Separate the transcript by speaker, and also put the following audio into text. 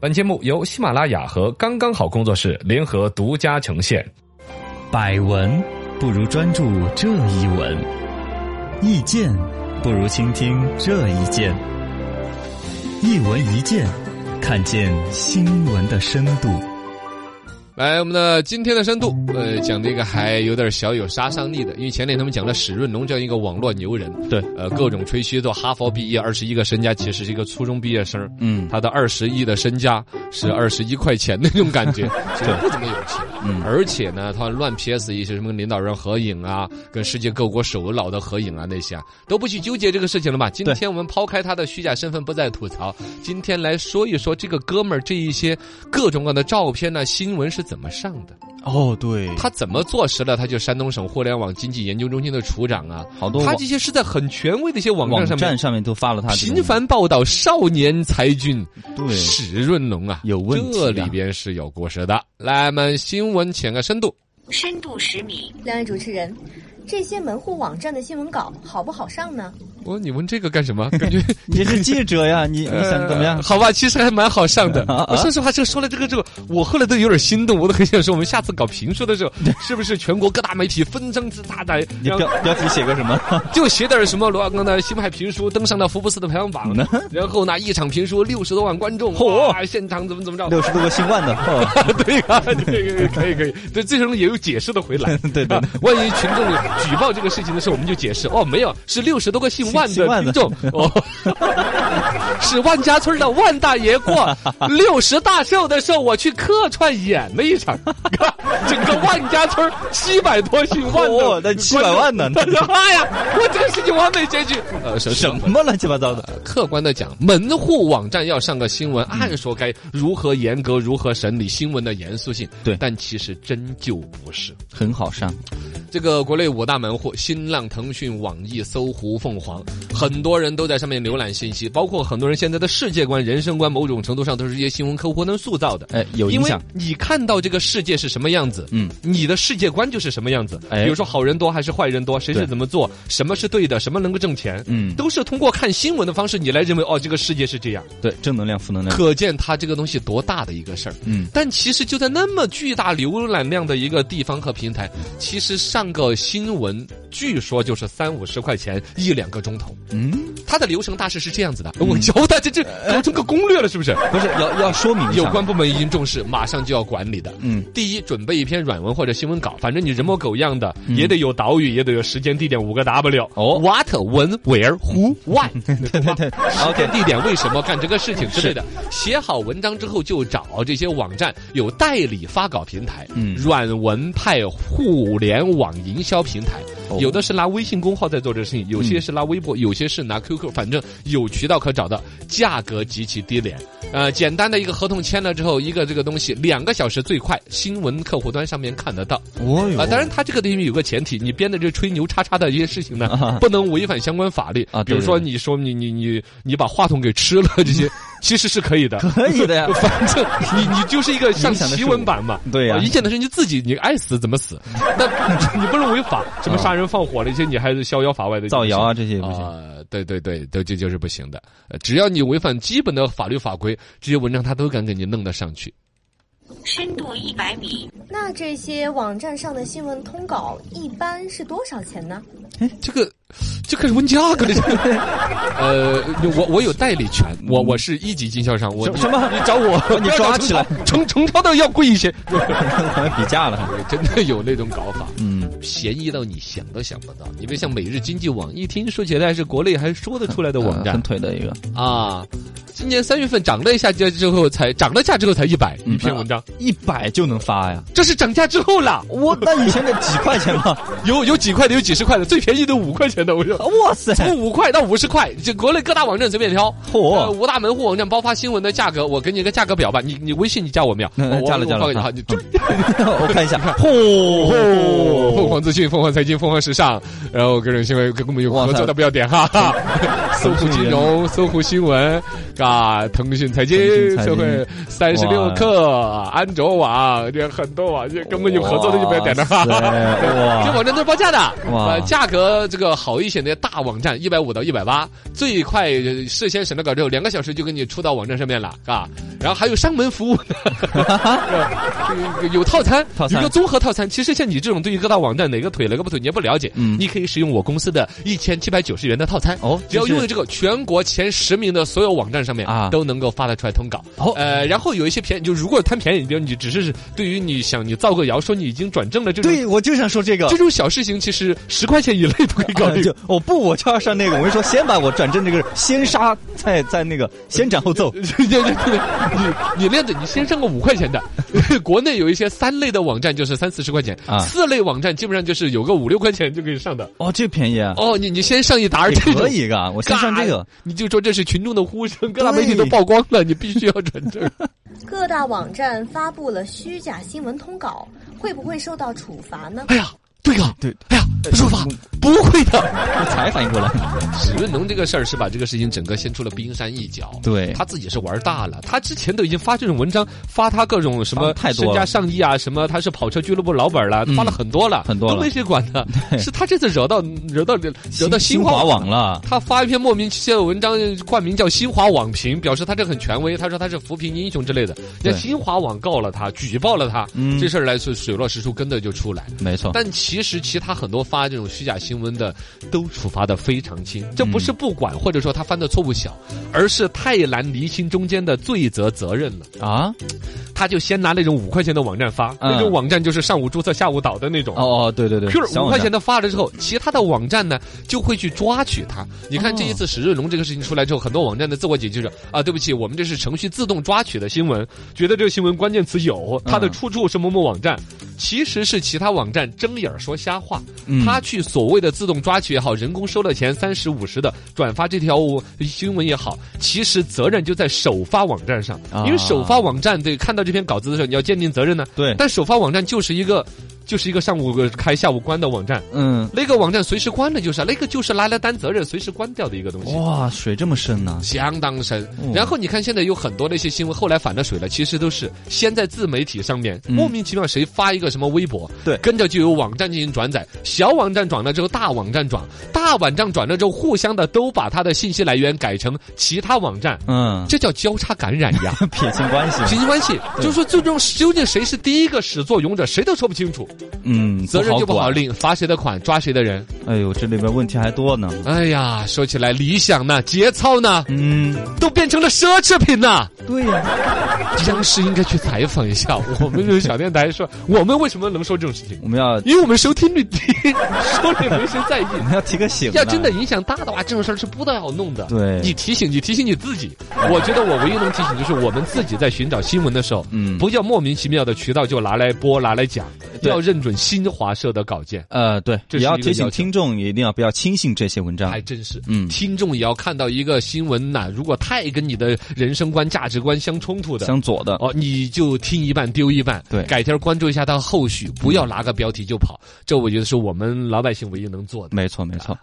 Speaker 1: 本节目由喜马拉雅和刚刚好工作室联合独家呈现。
Speaker 2: 百闻不如专注这一闻，意见不如倾听这一见。一闻一见，看见新闻的深度。
Speaker 3: 来，我们的今天的深度，呃，讲这个还有点小有杀伤力的，因为前天他们讲了史润龙这样一个网络牛人，
Speaker 2: 对，
Speaker 3: 呃，各种吹嘘，都哈佛毕业，二十一个身家，其实是一个初中毕业生，
Speaker 2: 嗯
Speaker 3: 他的二十亿的身家是二十一块钱那种感 觉，其实不怎么有钱。
Speaker 2: 嗯
Speaker 3: 而且呢，他乱 PS 一些什么领导人合影啊，跟世界各国首脑的合影啊那些啊，都不去纠结这个事情了嘛。今
Speaker 2: 对
Speaker 3: 天我们抛开他的虚假身份，不再吐槽，今天来说一说这个哥们儿这一些各种各样的照片呢、新闻是怎么上的，
Speaker 2: 哦，对，
Speaker 3: 他怎么坐实了他就山东省互联网经济研究中心的处长啊？
Speaker 2: 好多
Speaker 3: 他
Speaker 2: 网
Speaker 3: 这些是在很权威的一些网站
Speaker 2: 网
Speaker 3: 上面
Speaker 2: 站上面都发了他啊这种
Speaker 3: 频繁报道少年才俊。
Speaker 2: 对
Speaker 3: 史润龙啊，
Speaker 2: 有问题啊
Speaker 3: 这里边是有故事的。来，我们新闻浅个深度。
Speaker 4: 深度十米，
Speaker 5: 两位主持人，这些门户网站的新闻稿好不好上呢？
Speaker 3: 我、哦你问这个干什 么？感觉
Speaker 2: 你是记者呀，你你想怎么样
Speaker 3: 呃？好吧，其实还蛮好上的
Speaker 2: 啊啊。
Speaker 3: 我说实话，这个说了这个之后，我后来都有点心动，我都很想说，我们下次搞评书的 时候，是不是全国各大媒体纷争之大的，
Speaker 2: 你
Speaker 3: 然
Speaker 2: 标
Speaker 3: 后
Speaker 2: 标题写个什么？
Speaker 3: 就写点什么罗小刚的新派评书登上了福布斯的排行 榜
Speaker 2: 呢，
Speaker 3: 然后呢，一场评书六十多万观众，哇，现场怎么怎么着？
Speaker 2: 六十多个姓万的，哦
Speaker 3: 对啊，对，可以可以，对这种也有解释的回来。
Speaker 2: 对对
Speaker 3: 啊，万一群众举报这个事情的时候，我们就解释哦，没有，是六十多个姓万
Speaker 2: 姓
Speaker 3: 的
Speaker 2: 万的
Speaker 3: 听众哦， 是万家村的万大爷 过六十大寿的时候，我去客串演了一场， 整个万家村七百多姓万的，
Speaker 2: 哦那700 万呢
Speaker 3: 观众哎呀，我这个事情完美结局。呃，什
Speaker 2: 什么乱七八糟的？
Speaker 3: 客观的讲，门户网站要上个新闻，按说该如何严格、如何审理新闻的严肃性。
Speaker 2: 对
Speaker 3: 但其实真就不是。
Speaker 2: 很好上，
Speaker 3: 这个国内五大门户：新浪、腾讯、网易、搜狐、凤凰，很多人都在上面浏览信息，包括很多人现在的世界观、人生观，某种程度上都是一些新闻客户能塑造的。
Speaker 2: 哎，有
Speaker 3: 因
Speaker 2: 影
Speaker 3: 为
Speaker 2: 响。
Speaker 3: 你看到这个世界是什么样子，
Speaker 2: 嗯，
Speaker 3: 你的世界观就是什么样子。
Speaker 2: 哎
Speaker 3: 比如说好人多还是坏人多，谁
Speaker 2: 对
Speaker 3: 是怎么做，什么是对的，什么能够挣钱，
Speaker 2: 嗯
Speaker 3: 都是通过看新闻的方式，你来认为哦，这个世界是这样。
Speaker 2: 对，正能量、负能量。
Speaker 3: 可见它这个东西多大的一个事儿。
Speaker 2: 嗯，
Speaker 3: 但其实就在那么巨大浏览量的一个地方和平台，其实上个新闻据说就是三五十块钱一两个钟头，
Speaker 2: 嗯，
Speaker 3: 它的流程大致是这样子的。我教大家这搞成个攻略了，是不是？
Speaker 2: 不是要要说明一下
Speaker 3: 有关部门已经重视，马上就要管理的。
Speaker 2: 嗯，
Speaker 3: 第一，准备一篇软文或者新闻稿，反正你人模狗样的，也得有岛屿，也得有时间、地点五个 W。
Speaker 2: 嗯哦
Speaker 3: ，what、when、where、who、why，对吧？
Speaker 2: 对
Speaker 3: 时
Speaker 2: ，OK，
Speaker 3: 间、地点、为什么干这个事情之类的。写好文章之后，就找这些网站有代理发稿平台，
Speaker 2: 嗯
Speaker 3: 软文派互联网营销平台
Speaker 2: 哦，嗯
Speaker 3: 有的是拿微信公号在做这个事情，有些是拿微博，有些是拿 QQ，反正有渠道可找到，价格极其低廉。呃，简单的一个合同签了之后，一个这个东西两个小时最快，新闻客户端上面看得到。
Speaker 2: 哦
Speaker 3: 啊，
Speaker 2: 哟，
Speaker 3: 当然，他这个里面有个前提，你编的这吹牛叉叉的一些事情
Speaker 2: 啊
Speaker 3: 呢，不能违反相关法律
Speaker 2: 啊
Speaker 3: 比
Speaker 2: 对
Speaker 3: 如说，
Speaker 2: 对
Speaker 3: 你说你你你你把话筒给吃了，这 些其实是可以的。，
Speaker 2: 可以的呀
Speaker 3: 反正你你就是一个像
Speaker 2: 影响的
Speaker 3: 奇
Speaker 2: 是我
Speaker 3: 闻版嘛，
Speaker 2: 对呀
Speaker 3: 啊影响的是你自己，你爱死怎么 死，那你不能违法，什么
Speaker 2: 啊
Speaker 3: 杀人放火了，一些你还是逍遥法外的
Speaker 2: 造谣
Speaker 3: 啊。
Speaker 2: 啊这些也不行。
Speaker 3: 啊、对对对，都这就是不行的。呃只要你违反基本的法律法规，这些文章他都敢给你弄得上去。
Speaker 4: 深度一百米，
Speaker 5: 那这些网站上的新闻通稿一般是多少钱呢？
Speaker 3: 这个，这个是问价格的。这个 呃，我我有代理权，我我是一级经销商，我
Speaker 2: 什什么
Speaker 3: 你找我，
Speaker 2: 你抓起来，
Speaker 3: 成成交的要贵一些。
Speaker 2: 还比价了，
Speaker 3: 对真的有那种搞法，
Speaker 2: 嗯，
Speaker 3: 便宜到你想都想不到。你别像每日经济网，一听说起来是国内还说得出来的网
Speaker 2: 嗯很
Speaker 3: 站
Speaker 2: 腿的一个，
Speaker 3: 啊。今年三月份涨了一下价之后才涨了价之后才一百一篇文章，
Speaker 2: 一百就能发呀。
Speaker 3: 这是涨价之后啦。
Speaker 2: 我那以前得几块钱嘛，
Speaker 3: 有有几块的，有几十块的，最便宜的五块钱的，我说。
Speaker 2: 哇塞，
Speaker 3: 从五块到五十块，就国内各大网站随便挑。
Speaker 2: 嚯
Speaker 3: 呃五大门户网站包发新闻的价格，我给你一个价格表吧。你你微信你加我没有？
Speaker 2: 嗯
Speaker 3: 我我
Speaker 2: 加了
Speaker 3: 我
Speaker 2: 加了
Speaker 3: 发给你
Speaker 2: 啊
Speaker 3: 好，你就
Speaker 2: 我看一下， 嚯，
Speaker 3: 凤凰资讯、凤凰财经、凤凰时尚，然
Speaker 2: 嗯
Speaker 3: 后各种新闻跟我们有合作的不要点哈哈，搜狐金融、搜狐新闻，嘎，腾讯财经
Speaker 2: 腾讯财
Speaker 3: 社
Speaker 2: 经
Speaker 3: 会三十六氪、安卓网，这很多网，这根本有合作的就不要点了。哈
Speaker 2: 哇塞
Speaker 3: 哈。
Speaker 2: 哇
Speaker 3: 这网站都是报价的，
Speaker 2: 哇
Speaker 3: 呃，价格这个好一些的大网站一百五到一百八，最快呃事先审了稿之后，两个小时就给你出到网站上面了，啊，然后还有上门服务 呢，呃有套餐，
Speaker 2: 套餐
Speaker 3: 有一个综合套餐。其实像你这种对于各大网站哪个腿哪个不腿你也不了解，
Speaker 2: 嗯
Speaker 3: 你可以使用我公司的一千七百九十元的套餐，
Speaker 2: 哦
Speaker 3: 只要
Speaker 2: 就是
Speaker 3: 用在这个全国前十名的所有网站上面
Speaker 2: 啊
Speaker 3: 都能够发得出来通稿。
Speaker 2: 哦
Speaker 3: 呃，然后有一些便宜，就如果贪便宜，比如你只是对于你想你造个谣说你已经转正了这种。
Speaker 2: 对，我就想说这个
Speaker 3: 这。种小事情，其实十块钱以内都可以搞
Speaker 2: 啊
Speaker 3: 定。
Speaker 2: 就我不，我就要上那个。我跟你说，先把我转正这个，先杀，再再那个，先斩 后奏。
Speaker 3: 对对对对，你你那样子，你先上个五块钱的。 国内有一些三类的网站就是三四十块钱，
Speaker 2: 啊
Speaker 3: 四类网站基本上就是有个五六块钱就可以上的。
Speaker 2: 哦，这便宜啊，
Speaker 3: 哦，你你先上一沓
Speaker 2: 也
Speaker 3: 这种
Speaker 2: 可以噶，我先上这个
Speaker 3: 嘎。你就说这是群众的呼声，各大
Speaker 2: 对
Speaker 3: 媒体都曝光了，你必须要转 正。
Speaker 5: 各大网站发布了虚假新闻通稿，会不会受到处罚呢？
Speaker 3: 哎呀，对呀，
Speaker 2: 对，
Speaker 3: 哎呀，不说吧，不会的。
Speaker 2: 我才反应过来。
Speaker 3: 史润农这个事儿是把这个事情整个先出了冰山一角。
Speaker 2: 对
Speaker 3: 他自己是玩大了，他之前都已经发这种文章，发他各种什么
Speaker 2: 发太多
Speaker 3: 身
Speaker 2: 了
Speaker 3: 家上亿啊，什么他是跑车俱乐部老板了，
Speaker 2: 嗯
Speaker 3: 发了很多了，
Speaker 2: 很多了
Speaker 3: 都没谁管 他。是他这次惹到惹到惹到
Speaker 2: 新
Speaker 3: 新
Speaker 2: 华
Speaker 3: 华
Speaker 2: 网。了，
Speaker 3: 他发一篇莫名其妙的文章，冠名叫“新华网评”，表示他这很权威，他说他是扶贫英雄之类的。
Speaker 2: 对
Speaker 3: 人家新华网告了他，举报了他，
Speaker 2: 嗯
Speaker 3: 这事儿来是水落石出，跟着就出来。
Speaker 2: 没错。
Speaker 3: 但其实其他很多发这种虚假新闻的，都处罚的非常轻。这不
Speaker 2: 嗯
Speaker 3: 是不管，或者说他犯的错误小，而是太难厘清中间的罪责责任了。
Speaker 2: 啊，
Speaker 3: 他就先拿那种五块钱的网站发，那种网站就是上午注册下午倒的那种。
Speaker 2: 嗯哦哦，对对对，
Speaker 3: Q 五
Speaker 2: 小网
Speaker 3: 块
Speaker 2: 站
Speaker 3: 钱的发了之后，其他的网站呢就会去抓取它。你看
Speaker 2: 哦
Speaker 3: 这一次史瑞龙这个事情出来之后，很多网站的自我解释就是啊，对不起，我们这是程序自动抓取的新闻，觉得这个新闻关键词有它的
Speaker 2: 嗯
Speaker 3: 出处是某某网站，其实是其他网站睁眼儿说瞎话
Speaker 2: 嗯。
Speaker 3: 他去所谓的自动抓取也好，人工收了钱三十五十的转发这条新闻也好，其实责任就在首发网站上，
Speaker 2: 啊
Speaker 3: 因为首发网站对看到这篇稿子的时候，你要鉴定责任呢。
Speaker 2: 对，
Speaker 3: 但首发网站就是一个就是一个上午开下午关的网站，
Speaker 2: 嗯，
Speaker 3: 那个网站随时关了就是啊，那个就是拿来担责任随时关掉的一个东西。
Speaker 2: 哇，水这么深呢、
Speaker 3: 相当深
Speaker 2: 嗯，
Speaker 3: 然后你看现在有很多那些新闻，后来反了水了，其实都是先在自媒体上面
Speaker 2: 嗯
Speaker 3: 莫名其妙谁发一个什么微博，
Speaker 2: 对
Speaker 3: 跟着就有网站进行转载，小网站转了之后，大网站转，大网站转了之后，互相的都把它的信息来源改成其他网站，
Speaker 2: 嗯，
Speaker 3: 这叫交叉感染 呀。
Speaker 2: 撇清关系啊
Speaker 3: 平，行关系，就是说最终究竟谁是第一个始作俑者，谁都说不清楚，
Speaker 2: 嗯，
Speaker 3: 责任就不好
Speaker 2: 管。
Speaker 3: 领，罚谁的款，抓谁的人。
Speaker 2: 哎呦，这里边问题还多呢。
Speaker 3: 哎呀，说起来理想呢，节操呢，
Speaker 2: 嗯，
Speaker 3: 都变成了奢侈品呐。
Speaker 2: 对呀、
Speaker 3: 央视应该去采访一下我们这个小电台说，我们为什么能说这种事情？
Speaker 2: 我们要
Speaker 3: 因为我们收听率低，说了也没谁在意。
Speaker 2: 我们要提个醒呢。
Speaker 3: 要真的影响大的话，这种事儿是不得了弄的。
Speaker 2: 对
Speaker 3: 你提醒你提醒你自己。我觉得我唯一能提醒就是我们自己在寻找新闻的时候，
Speaker 2: 嗯
Speaker 3: 不要莫名其妙的渠道就拿来播拿来讲，
Speaker 2: 对
Speaker 3: 要认准新华社的稿件。
Speaker 2: 呃，对，
Speaker 3: 这是一个
Speaker 2: 也要提
Speaker 3: 要
Speaker 2: 醒
Speaker 3: 求
Speaker 2: 听众一定要不要轻信这些文章
Speaker 3: 还。真是，
Speaker 2: 嗯
Speaker 3: 听众也要看到一个新闻呐、如果太跟你的人生观、价值观相冲突的，
Speaker 2: 相左的，
Speaker 3: 哦，你就听一半丢一半，
Speaker 2: 对
Speaker 3: 改天关注一下它后续，不要拿个标题就跑，这我觉得是我们老百姓唯一能做的。
Speaker 2: 没错没错。